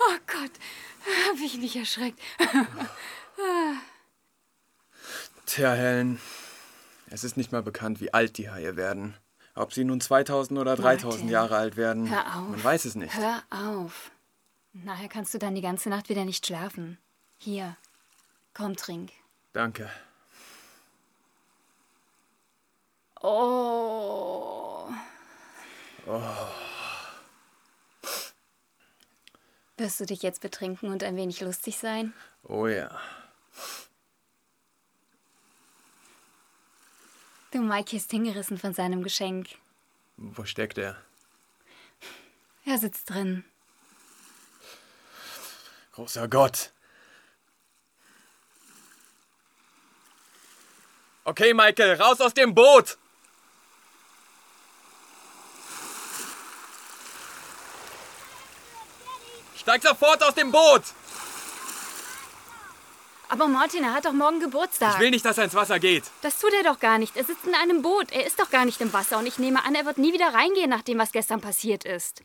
Oh ich nicht erschreckt. Tja, Helen, es ist nicht mal bekannt, wie alt die Haie werden. Ob sie nun 2000 oder 3000 Martin, Jahre alt werden, hör auf. man weiß es nicht. Hör auf. Nachher kannst du dann die ganze Nacht wieder nicht schlafen. Hier, komm, trink. Danke. Oh. Wirst du dich jetzt betrinken und ein wenig lustig sein? Oh ja. Du, Mike ist hingerissen von seinem Geschenk. Wo steckt er? Er sitzt drin. Großer Gott. Okay, Michael, raus aus dem Boot! Steig sofort aus dem Boot! Aber Martin, er hat doch morgen Geburtstag. Ich will nicht, dass er ins Wasser geht. Das tut er doch gar nicht. Er sitzt in einem Boot. Er ist doch gar nicht im Wasser. Und ich nehme an, er wird nie wieder reingehen, nachdem was gestern passiert ist.